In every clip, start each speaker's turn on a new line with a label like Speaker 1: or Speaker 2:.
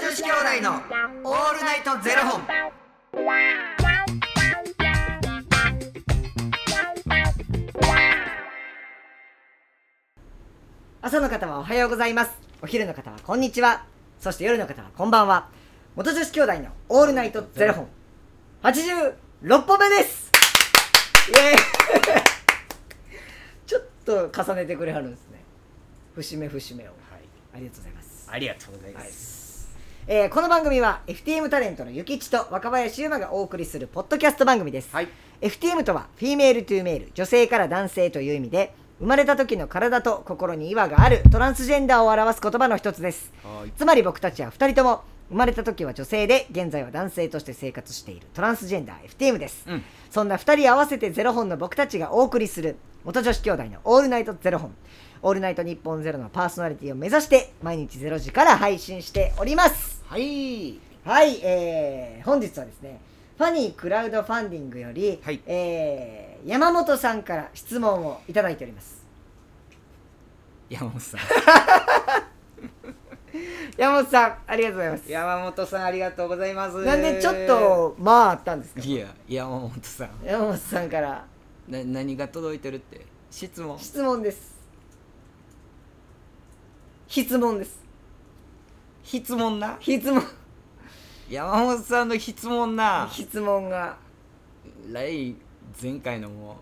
Speaker 1: 子兄弟のオールナイトゼロ本。朝の方はおはようございます。お昼の方はこんにちは。そして夜の方はこんばんは。元女子兄弟のオールナイトゼロ本。八十六本目です。イエーイ。ちょっと重ねてくれはるんですね。節目節目を。
Speaker 2: はい、
Speaker 1: ありがとうございます。
Speaker 2: ありがとうございま
Speaker 1: はい
Speaker 2: す。
Speaker 1: えーこの番組は FTM タレントのゆきちと若林優馬がお送りするポッドキャスト番組です、
Speaker 2: はい、
Speaker 1: FTM とはフィメールトゥーメール女性から男性という意味で生まれた時の体と心に違和があるトランスジェンダーを表す言葉の一つです
Speaker 2: はい、
Speaker 1: つまり僕たちは2人とも生まれた時は女性で現在は男性として生活しているトランスジェンダー FTM です、
Speaker 2: うん
Speaker 1: そんな2人合わせてゼロ本の僕たちがお送りする元女子兄弟のオールナイトゼロ本オールナイト日本ゼロのパーソナリティを目指して毎日ゼロ時から配信しております
Speaker 2: はい、
Speaker 1: はい、えー、本日はですねファニークラウドファンディングより、
Speaker 2: はい
Speaker 1: えー山本さんから質問をいただいております
Speaker 2: 山本さん。
Speaker 1: 山本さんありがとうございます
Speaker 2: 山本さん、ありがとうございます。
Speaker 1: なんでちょっ。とまああったんですか
Speaker 2: いや、山本さん、
Speaker 1: 山本さんから
Speaker 2: な、何が届いてるって、質問。
Speaker 1: 質問です質問です
Speaker 2: 質問な。
Speaker 1: 質問
Speaker 2: 山本さんの質問な。
Speaker 1: 質問が
Speaker 2: 来、前回のも。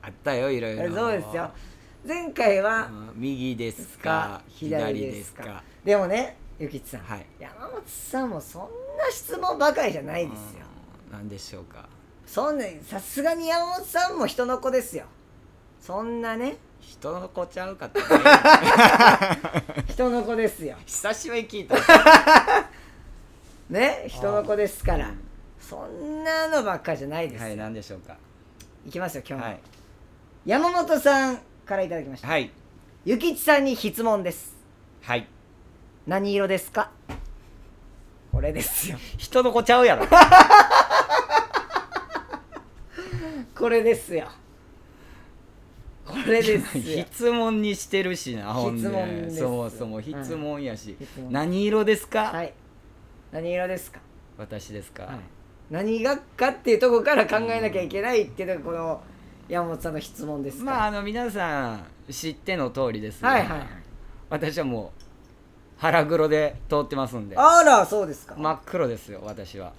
Speaker 2: あったよ、いろいろ。
Speaker 1: そうですよ前回
Speaker 2: う
Speaker 1: は
Speaker 2: ん。右です
Speaker 1: か
Speaker 2: か、
Speaker 1: 左
Speaker 2: 左
Speaker 1: で
Speaker 2: ですす
Speaker 1: か
Speaker 2: か。
Speaker 1: でもねゆきちさん、
Speaker 2: はい。
Speaker 1: 山本さんもそんな質問ばかりじゃないですよ
Speaker 2: うん。なんでしょうか。
Speaker 1: そんなさすがに山本さんも人の子ですよそんな ね
Speaker 2: 人の子ちゃうかったね。
Speaker 1: 人の子ですよ
Speaker 2: 久しぶりに聞いた。
Speaker 1: ね人の子ですから、
Speaker 2: うん
Speaker 1: そんなのばっかりじゃないですよ、
Speaker 2: はい、
Speaker 1: い、
Speaker 2: なんでしょうか。
Speaker 1: きますよ今日も、
Speaker 2: はい。
Speaker 1: 山本さんからいただきました
Speaker 2: はい。
Speaker 1: ゆきちさんに質問です
Speaker 2: はい。
Speaker 1: 何色ですかこれですよ
Speaker 2: 人の子ちゃ うやろ。
Speaker 1: これですよこれですよ
Speaker 2: 質問にしてるしな、ほん
Speaker 1: 質問で
Speaker 2: で。
Speaker 1: す
Speaker 2: そもそも質問やし
Speaker 1: うん質。問
Speaker 2: 何色です
Speaker 1: は
Speaker 2: か
Speaker 1: い何色ですか、
Speaker 2: 私ですか
Speaker 1: はい、何がかっていうとこから考えなきゃいけないっていうのがこの山本さんの質問です
Speaker 2: まあ、
Speaker 1: か
Speaker 2: あの、皆さん、知っての通りです
Speaker 1: ら
Speaker 2: が
Speaker 1: はいはいはい
Speaker 2: 私はもう、腹黒で通ってますんで。
Speaker 1: あらそうですか、
Speaker 2: 真っ黒ですよ、私は。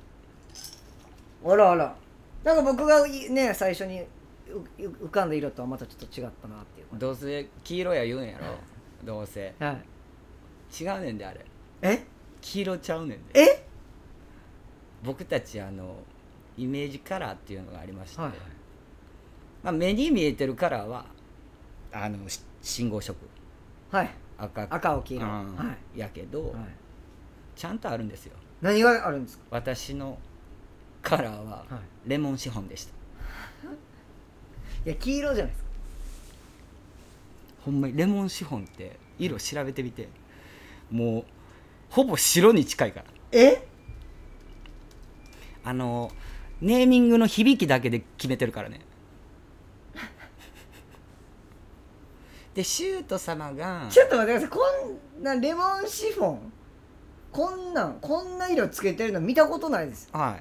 Speaker 1: あらあらなんか僕がいね最初にうう浮かんだ色とはまたちょっと違ったなっていう
Speaker 2: どうせ、黄色や言うんやろ。どうせ。
Speaker 1: はい
Speaker 2: 違うねんで、あれ。
Speaker 1: え
Speaker 2: 黄色ちゃうねんで。
Speaker 1: え
Speaker 2: 僕たち、あの、イメージカラーっていうのがありまして。
Speaker 1: はいはい
Speaker 2: まあ、目に見えてるカラーはあのし信号色
Speaker 1: はい
Speaker 2: 赤
Speaker 1: 赤青黄色、
Speaker 2: うん
Speaker 1: はい、
Speaker 2: やけど、
Speaker 1: はい、
Speaker 2: ちゃんとあるんですよ
Speaker 1: 何があるんですか
Speaker 2: 私のカラーは
Speaker 1: は
Speaker 2: レモンシフォンでした、
Speaker 1: いや黄色じゃないですか
Speaker 2: ほんまにレモンシフォンって色調べてみてもうほぼ白に近いから
Speaker 1: え
Speaker 2: あのネーミングの響きだけで決めてるか らねでシュート様が
Speaker 1: ちょっと待ってくださいこんなレモンシフォンこんなんこんな色つけてるの見たことないです
Speaker 2: は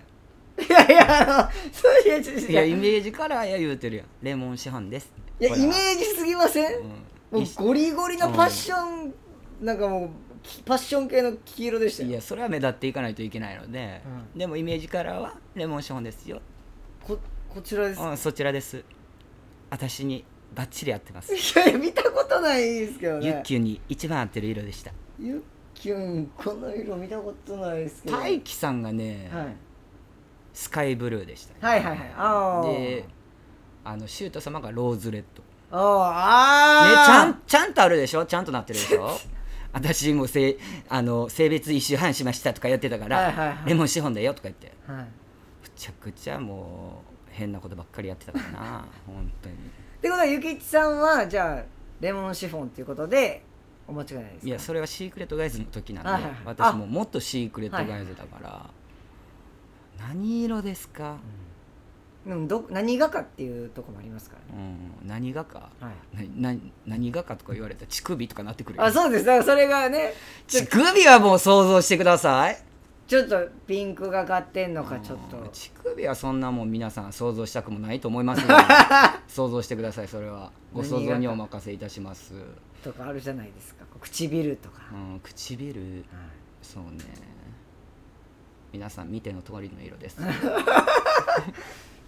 Speaker 2: い
Speaker 1: やいやあのそういやちょっと
Speaker 2: い
Speaker 1: い
Speaker 2: いや
Speaker 1: や
Speaker 2: イ
Speaker 1: い
Speaker 2: メージカラーや言うてるやんレモンシフォンです
Speaker 1: や
Speaker 2: こ
Speaker 1: イ
Speaker 2: れは
Speaker 1: メージすぎません、
Speaker 2: うん
Speaker 1: もうゴリゴリのパッション、なんかもうきパッション系の黄色でしたよ
Speaker 2: いやそれは目立っていかないといけないので、
Speaker 1: う
Speaker 2: でもイメージカラーはレモンショーンですよ、
Speaker 1: ここちらです
Speaker 2: うん、そちらです私にバッチリ合ってます
Speaker 1: いやいや見たことないですけどね
Speaker 2: ユッキュに一番合ってる色でした
Speaker 1: ゆっきゅんこの色見たことないですけど
Speaker 2: 大輝さんがね、
Speaker 1: はい
Speaker 2: スカイブルーでした、ね
Speaker 1: はいはいはいあー
Speaker 2: であのシュート様がローズレッド
Speaker 1: ああ
Speaker 2: ね
Speaker 1: ああ
Speaker 2: ちゃんちゃんとあるでしょちゃんとなってるで しょ私もせあの性別一周半しましたとかやってたから、
Speaker 1: はいはいはい
Speaker 2: レモンシフォンだよとか言って
Speaker 1: ん、はい、
Speaker 2: むちゃくちゃもう変なことばっかりやってたからな本当に
Speaker 1: ってことはゆきちさんはじゃあレモンシフォンということでお間違いないですか
Speaker 2: いやそれはシークレットガイズの時なんで、
Speaker 1: はいはいはい
Speaker 2: 私ももっとシークレットガイズだから、何色ですか、
Speaker 1: うんど何がかっていうところもありますからね、
Speaker 2: うん、何がか
Speaker 1: はい、
Speaker 2: なな何がかとか言われたら乳首とかなってくるよ
Speaker 1: あそうですだからそれがね
Speaker 2: 乳首はもう想像してください
Speaker 1: ちょっとピンクがかってんのかちょっと
Speaker 2: うん乳首はそんなもん皆さん想像したくもないと思いますが 想像してくださいそれはご想像にお任せいたします、
Speaker 1: とかあるじゃないですかこう唇とか、
Speaker 2: うん、唇
Speaker 1: はい
Speaker 2: そうね皆さん見ての通りの色です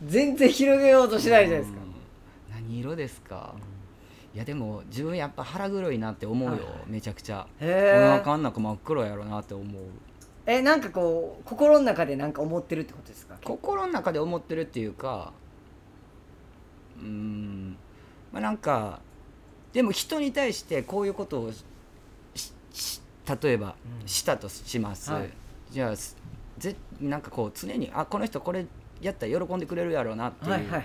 Speaker 1: 全然広げようとしないじゃないですか
Speaker 2: うん何色ですか、いやでも自分やっぱ腹黒いなって思うよ
Speaker 1: はいはい
Speaker 2: めちゃくちゃお
Speaker 1: へ
Speaker 2: 腹ん中真っ黒やろなって思う
Speaker 1: ええなんかこう心の中でなんか思ってるってことですか
Speaker 2: 心の中で思ってるっていうかうーんまあなんかでも人に対してこういうことをしし例えば
Speaker 1: うん
Speaker 2: したとします、
Speaker 1: はい
Speaker 2: じゃあすぜなんかこう常にあこの人これやったら喜んでくれるやろうなっていう、
Speaker 1: はいはいはい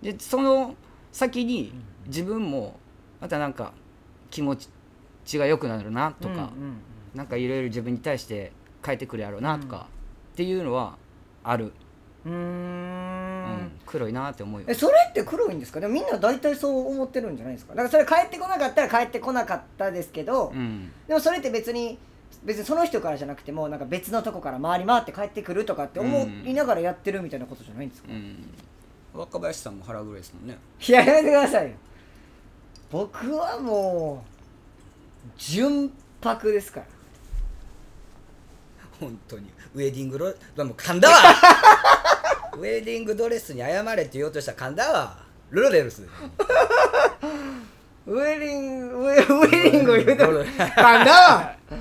Speaker 2: でその先に
Speaker 1: うん
Speaker 2: 自分もまたなんか気持ちが良くなるなとか、
Speaker 1: うんうん
Speaker 2: なんかいろいろ自分に対して変えてくるやろうなとか、っていうのはある。
Speaker 1: うんうーん
Speaker 2: うん、黒いなって思うよ
Speaker 1: えそれって黒いんですかでもみんな大体そう思ってるんじゃないですかだからそれ帰ってこなかったら帰ってこなかったですけど、
Speaker 2: うん
Speaker 1: でもそれって別に別にその人からじゃなくてもなんか別のとこから回り回って帰ってくるとかって思いながらやってるみたいなことじゃないんですか、
Speaker 2: うん、若林さんも腹黒いですもんね
Speaker 1: いややめてくださいよ僕はもう純白ですから
Speaker 2: 本当にウェディングロでも噛ん だわウェディングドレスに謝れって言おうとしたら噛んだわルロレルス
Speaker 1: ウェディングウェウェディングを言うて
Speaker 2: ロ
Speaker 1: も
Speaker 2: レ
Speaker 1: かんだ わ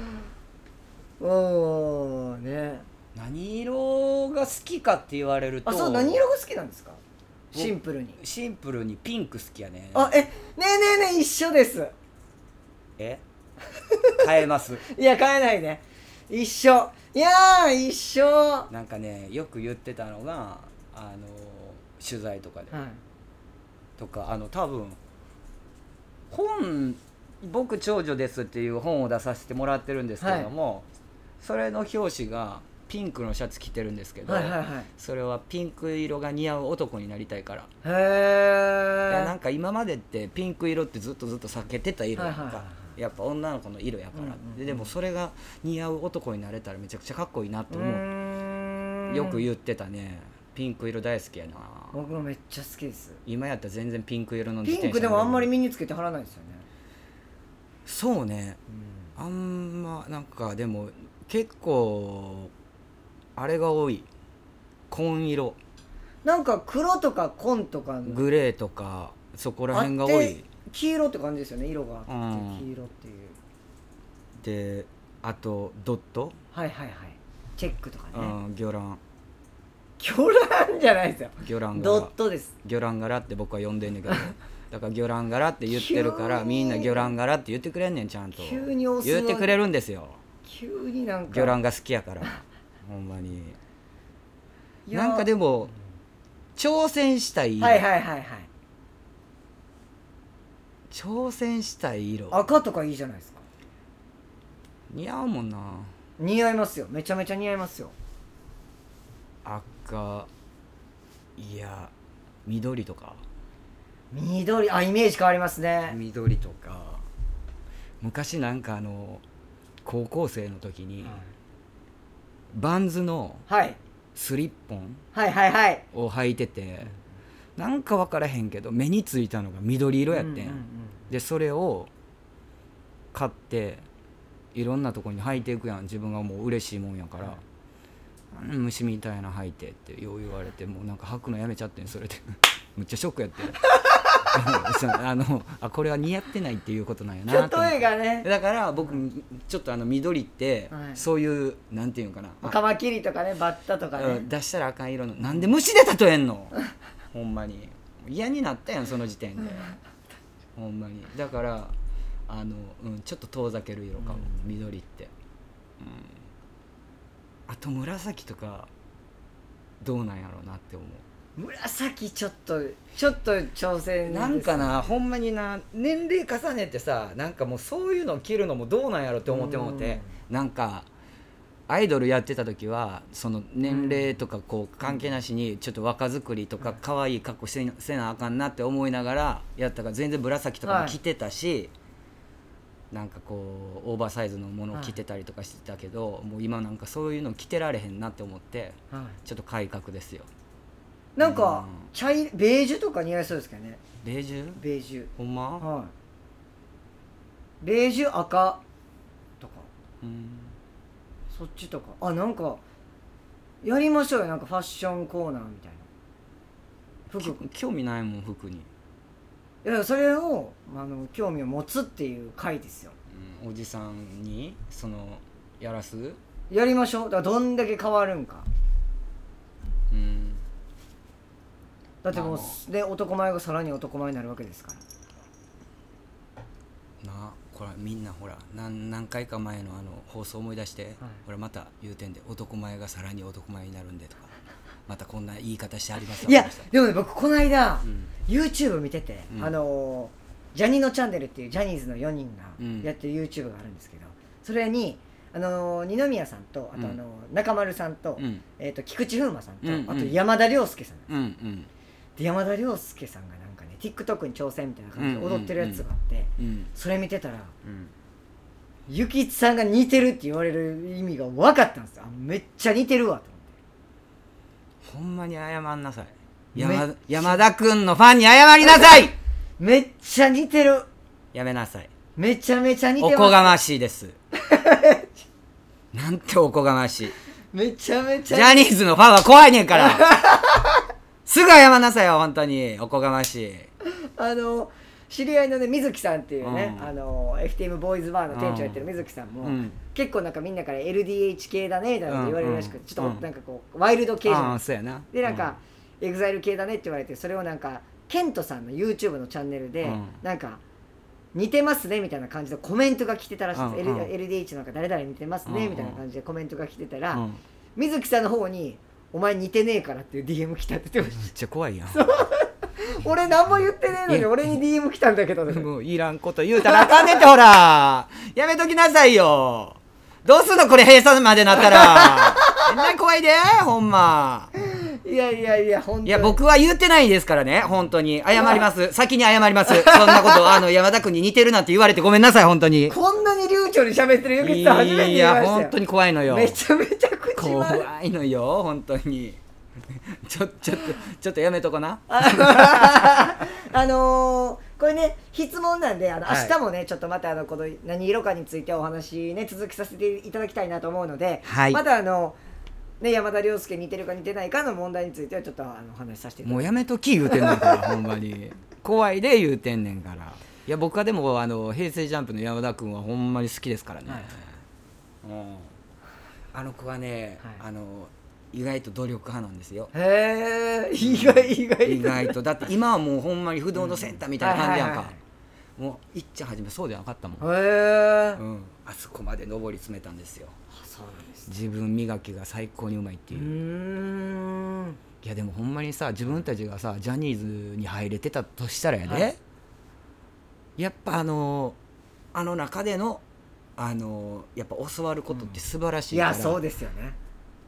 Speaker 1: おーね
Speaker 2: 何色が好きかって言われると
Speaker 1: あそう何色が好きなんですかシンプルに
Speaker 2: シンプルにピンク好きやね
Speaker 1: あえねえねえねえ一緒です
Speaker 2: え変えます
Speaker 1: いや変えないね一緒いやー一緒は
Speaker 2: なんかねよく言ってたのがあの取材とかで
Speaker 1: い
Speaker 2: とかあの多分本「僕長女です」っていう本を出させてもらってるんですけれども、それの表紙がピンクのシャツ着てるんですけど、
Speaker 1: はいはいはい
Speaker 2: それはピンク色が似合う男になりたいから、
Speaker 1: へ
Speaker 2: でな
Speaker 1: え
Speaker 2: んか今までってピンク色ってずっとずっと避けてた色やんか、
Speaker 1: はいはいは
Speaker 2: やっぱ女の子の色やか
Speaker 1: うん
Speaker 2: ら、
Speaker 1: うんうん
Speaker 2: ででもそれが似合う男になれたらめちゃくちゃかっこいいなと
Speaker 1: う
Speaker 2: 思う、
Speaker 1: ーん
Speaker 2: よく言ってたねピンク色大好きやな
Speaker 1: 僕もめっちゃ好きです
Speaker 2: 今やったら全然ピンク色の自
Speaker 1: ピ
Speaker 2: 転車
Speaker 1: ンクでもあんまり
Speaker 2: 乗れる
Speaker 1: 身につけて貼らないですよね、
Speaker 2: そうねあんまなんかでも結構あれが多い紺色
Speaker 1: なんか黒とか紺とかの
Speaker 2: グレーとかそこら
Speaker 1: あっ
Speaker 2: 辺
Speaker 1: て
Speaker 2: が多い
Speaker 1: 黄色って感じですよね色があって
Speaker 2: うん
Speaker 1: 黄色っていう
Speaker 2: であとドット、
Speaker 1: はいはいはいチェックとか
Speaker 2: う
Speaker 1: ね
Speaker 2: ん、魚卵
Speaker 1: 魚卵じゃないですよ
Speaker 2: 魚卵
Speaker 1: ドッ
Speaker 2: 柄
Speaker 1: トです
Speaker 2: 魚卵柄って僕は呼んでんね んけどだから魚卵柄って言ってるから
Speaker 1: 急に
Speaker 2: みんな魚卵柄って言ってくれんねんちゃんと
Speaker 1: 急に押す
Speaker 2: 言ってくれるんですよ
Speaker 1: 急になんか
Speaker 2: 魚卵が好きやからほんまに
Speaker 1: いや
Speaker 2: なんかでも挑戦したい色、
Speaker 1: はいはいはいはい
Speaker 2: 挑戦したい色
Speaker 1: 赤とかいいじゃないですか
Speaker 2: 似合うもんな
Speaker 1: 似合いますよめちゃめちゃ似合いますよ
Speaker 2: 赤いや緑とか
Speaker 1: 緑あイメージ変わりますね
Speaker 2: 緑とか昔なんかあの高校生の時にバンズの
Speaker 1: はい
Speaker 2: スリッポン
Speaker 1: はいはいはい
Speaker 2: を履いててなんか分からへんけど目についたのが緑色やってん、
Speaker 1: うんうん
Speaker 2: でそれを買っていろんなとこに履いていくやん自分がもう嬉しいもんやから、うん虫みたいな履いてってよう言われてもうなんか履くのやめちゃってんそれで むっちゃショックやって そうあのあこれは似合ってないっていうことなんや
Speaker 1: うん
Speaker 2: なと思って
Speaker 1: 例えがね
Speaker 2: だから僕ちょっとあの緑って、
Speaker 1: はい
Speaker 2: そういうなんていうんかなあ
Speaker 1: カマキリとかねバッタとか
Speaker 2: う
Speaker 1: ね
Speaker 2: ん出したらあかん色のなんで虫で例えんのほんまに嫌になったやんその時点でほんまにだからあの、うん、ちょっと遠ざける色かも、緑って、うん、あと紫とかどうなんやろうなって思う
Speaker 1: 紫ちょっとちょっと挑戦です
Speaker 2: なんかなほんまにな年齢重ねてさなんかもうそういうの着るのもどうなんやろって思って思ってなんかアイドルやってた時はその年齢とかこう関係なしにちょっと若作りとか可愛い格好せなせなあかんなって思いながらやったから全然紫とかも着てたし、なんかこうオーバーサイズのものを着てたりとかしてたけど、もう今なんかそういうの着てられへんなって思ってちょっと改革ですよ
Speaker 1: なんか
Speaker 2: うん
Speaker 1: 茶色ベージュとか似合いそうですけどね
Speaker 2: ベージュ
Speaker 1: ベージ
Speaker 2: ほん
Speaker 1: ュ
Speaker 2: ま、
Speaker 1: はいベージュ赤とか
Speaker 2: うん、
Speaker 1: そっちとかあなんかやりましょうよなんかファッションコーナーみたいな服
Speaker 2: き興味ないもん服に、
Speaker 1: いやそれをあの興味を持つっていう回ですよ
Speaker 2: うんおじさんにそのやらす
Speaker 1: やりましょうだからどんだけ変わるんか
Speaker 2: うん
Speaker 1: だっても
Speaker 2: まあ
Speaker 1: うで男前がさらに男前になるわけですから
Speaker 2: なあこれみんなほら何何回か前のあの放送思い出して、ほらまた言うてんで男前がさらに男前になるんでとか またこんな言い方してありますわ
Speaker 1: いや
Speaker 2: この人
Speaker 1: でもね僕この間
Speaker 2: うん
Speaker 1: YouTube 見てて、
Speaker 2: うん
Speaker 1: あのージャニーのチャンネルっていうジャニーズの4人
Speaker 2: う
Speaker 1: が
Speaker 2: ん
Speaker 1: やってる YouTube があるんですけどそれにあのー二宮さんとあと
Speaker 2: う
Speaker 1: あ
Speaker 2: ん
Speaker 1: のー中丸さんと,、
Speaker 2: うん
Speaker 1: えー、と菊池風磨さんと、
Speaker 2: うんうん
Speaker 1: あと山田涼介さん
Speaker 2: うんうん
Speaker 1: で山田涼介さんがなんかね TikTok に挑戦みたいな感じで
Speaker 2: うんうんうん
Speaker 1: 踊ってるやつがあって、
Speaker 2: うん
Speaker 1: それ見てたら
Speaker 2: うん
Speaker 1: ゆきちさんが似てるって言われる意味が分かったんですよあめっちゃ似てるわと思って
Speaker 2: ほんまに謝んなさい
Speaker 1: め
Speaker 2: 山山田君のファンに謝りなさい
Speaker 1: めっちゃ似てる
Speaker 2: やめなさい
Speaker 1: めちゃめちゃ似
Speaker 2: お
Speaker 1: て
Speaker 2: こ
Speaker 1: ます
Speaker 2: がましいです なんておこがましい
Speaker 1: めちゃめち
Speaker 2: ジ
Speaker 1: ゃ
Speaker 2: ャニーズのファンは怖いねんから すぐ謝んなさいよ本当におこがましい
Speaker 1: あの知り合いのね水木さんっていうね、
Speaker 2: うん
Speaker 1: あの FTM ボーイズバーの店長やってる水木さんも、
Speaker 2: うん
Speaker 1: 結構なんかみんなから LDH 系だねみたいなこと言われるらしくて、
Speaker 2: うん
Speaker 1: ちょっ
Speaker 2: う
Speaker 1: と
Speaker 2: ん
Speaker 1: なんかこうワイルド系じゃ
Speaker 2: あ
Speaker 1: な
Speaker 2: あ
Speaker 1: い
Speaker 2: そうやな
Speaker 1: でなんか、EXILE 系だねって言われてそれをなんかケントさんの YouTube のチャンネルで、
Speaker 2: うん
Speaker 1: なんか似てますねみたいな感じのコメントが来てたらしいです、
Speaker 2: うんうん
Speaker 1: L- LDH なんか誰々似てます
Speaker 2: うん
Speaker 1: ね
Speaker 2: うん
Speaker 1: みたいな感じでコメントが来てたら、
Speaker 2: うん、めっ
Speaker 1: 水木さんの方に「お前似てねえから」っていう DM 来たって言ってま し
Speaker 2: ちゃ怖いやん
Speaker 1: た俺何も言ってねえの
Speaker 2: い
Speaker 1: に
Speaker 2: や
Speaker 1: 俺に DM 来たんだけど、
Speaker 2: もういらんこと言うたらあかんねんってほら やめときなさいよどうすんのこれ閉鎖までなっ たらみんな怖いでほんま
Speaker 1: いやいやいや、本当に。
Speaker 2: いや僕は言ってないですからね本当に謝ります先に謝りますそんなことあの山田君に似てるなんて言われてごめんなさい本当に
Speaker 1: こんなに流暢に喋ってるゆきさん初めて
Speaker 2: い
Speaker 1: 見ました
Speaker 2: や
Speaker 1: よ。
Speaker 2: 本当に怖いのよ
Speaker 1: めちゃめちゃ口
Speaker 2: 怖
Speaker 1: 悪い。
Speaker 2: いのよ本当にちょちょっとちょっとやめとこな
Speaker 1: あのーこれね質問なんであの
Speaker 2: はい
Speaker 1: 明日もね、ちょっとまたあのこの何色かについてお話ね続きさせていただきたいなと思うので、
Speaker 2: はい
Speaker 1: またあのね山田涼介似てるか似てないかの問題についてはちょっとあのお話しさせていただき
Speaker 2: もうやめとき言うてんねんからほんまに怖いで言うてんねんからいや僕はでもあの平成ジャンプの山田君はほんまに好きですからね、うんあの子はね、
Speaker 1: はい
Speaker 2: あの意外と努力派なんですよ
Speaker 1: へえ意外意外
Speaker 2: 意外とだって今はもうほんまに不動のセンターみたいな感じや
Speaker 1: う
Speaker 2: ん
Speaker 1: んはいは
Speaker 2: か
Speaker 1: いは
Speaker 2: もういっちゃんはじめそうじゃなかったもん、
Speaker 1: へえ、
Speaker 2: うん、あそこまで上り詰めたんですよ
Speaker 1: あそうなんですね
Speaker 2: 自分磨きが最高にうまいって
Speaker 1: う
Speaker 2: いう、
Speaker 1: ー
Speaker 2: い
Speaker 1: ん
Speaker 2: やでもほんまにさ自分たちがさジャニーズに入れてたとしたらやで、
Speaker 1: はい
Speaker 2: やっぱあのあの中でのあのやっぱ教わることって素晴らし
Speaker 1: い
Speaker 2: いから、
Speaker 1: やそうですよね、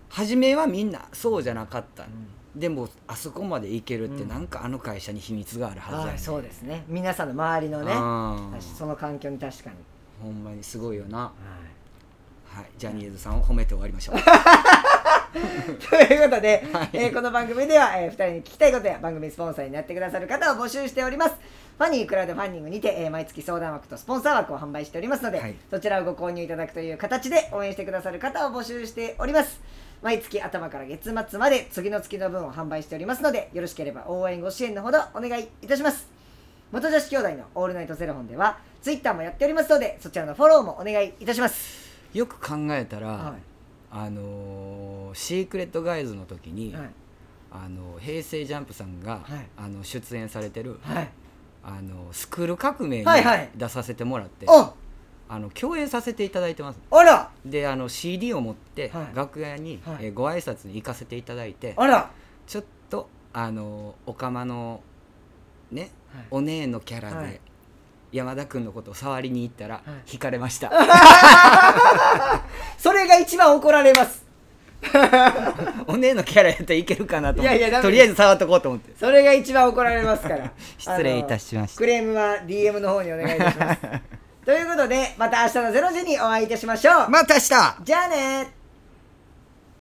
Speaker 2: 初めはみんなそうじゃなかった、
Speaker 1: うん
Speaker 2: でもあそこまでいけるって
Speaker 1: うん
Speaker 2: なんかあの会社に秘密があるはずや
Speaker 1: はい、
Speaker 2: ね
Speaker 1: そうですね皆さんの周りのね
Speaker 2: あー
Speaker 1: 確その環境に確かに、
Speaker 2: ほんまにすごいよな、
Speaker 1: は
Speaker 2: はい、ジャニーズさんを褒めて終わりま しょう
Speaker 1: い、ということで、
Speaker 2: はい
Speaker 1: えーこの番組では、え2人に聞きたいことや番組スポンサーになってくださる方を募集しておりますファニークラウドファンディングにて、えー毎月相談枠とスポンサー枠を販売しておりますので、
Speaker 2: はい
Speaker 1: そちらをご購入いただくという形で応援してくださる方を募集しております毎月頭から月末まで次の月の分を販売しておりますのでよろしければ応援ご支援のほどお願いいたします元女子兄弟のオールナイトゼロ本ではツイッターもやっておりますのでそちらのフォローもお願いいたします
Speaker 2: よく考えたら、
Speaker 1: は
Speaker 2: あのーシークレットガイズの時
Speaker 1: い
Speaker 2: に、
Speaker 1: はい
Speaker 2: あの平成ジャンプさんが、
Speaker 1: はい
Speaker 2: あの出演されてる、
Speaker 1: はい
Speaker 2: あのスクール革命に
Speaker 1: はいはい
Speaker 2: 出させてもらって、
Speaker 1: あ
Speaker 2: あの共演させていただいてます
Speaker 1: あら
Speaker 2: であの CD を持って
Speaker 1: はい
Speaker 2: 楽屋に、
Speaker 1: はい
Speaker 2: えーご挨拶に行かせていただいて、
Speaker 1: あら
Speaker 2: ちょっとあのおかまのね、
Speaker 1: はい
Speaker 2: お姉のキャラで、
Speaker 1: はい
Speaker 2: 山田君のことを触りに行ったら、
Speaker 1: はい
Speaker 2: 惹かれました、
Speaker 1: それが一一番怒られます
Speaker 2: お姉のキャラやったらいけるかなと思って
Speaker 1: いやいやダメです
Speaker 2: とりあえず触っとこうと思って
Speaker 1: それが一番怒られますから
Speaker 2: 失礼いたしました
Speaker 1: あのクレームは DM の方にお願いい たしますということでまた明日の0時にお会いいたしましょう
Speaker 2: また明日
Speaker 1: じゃあね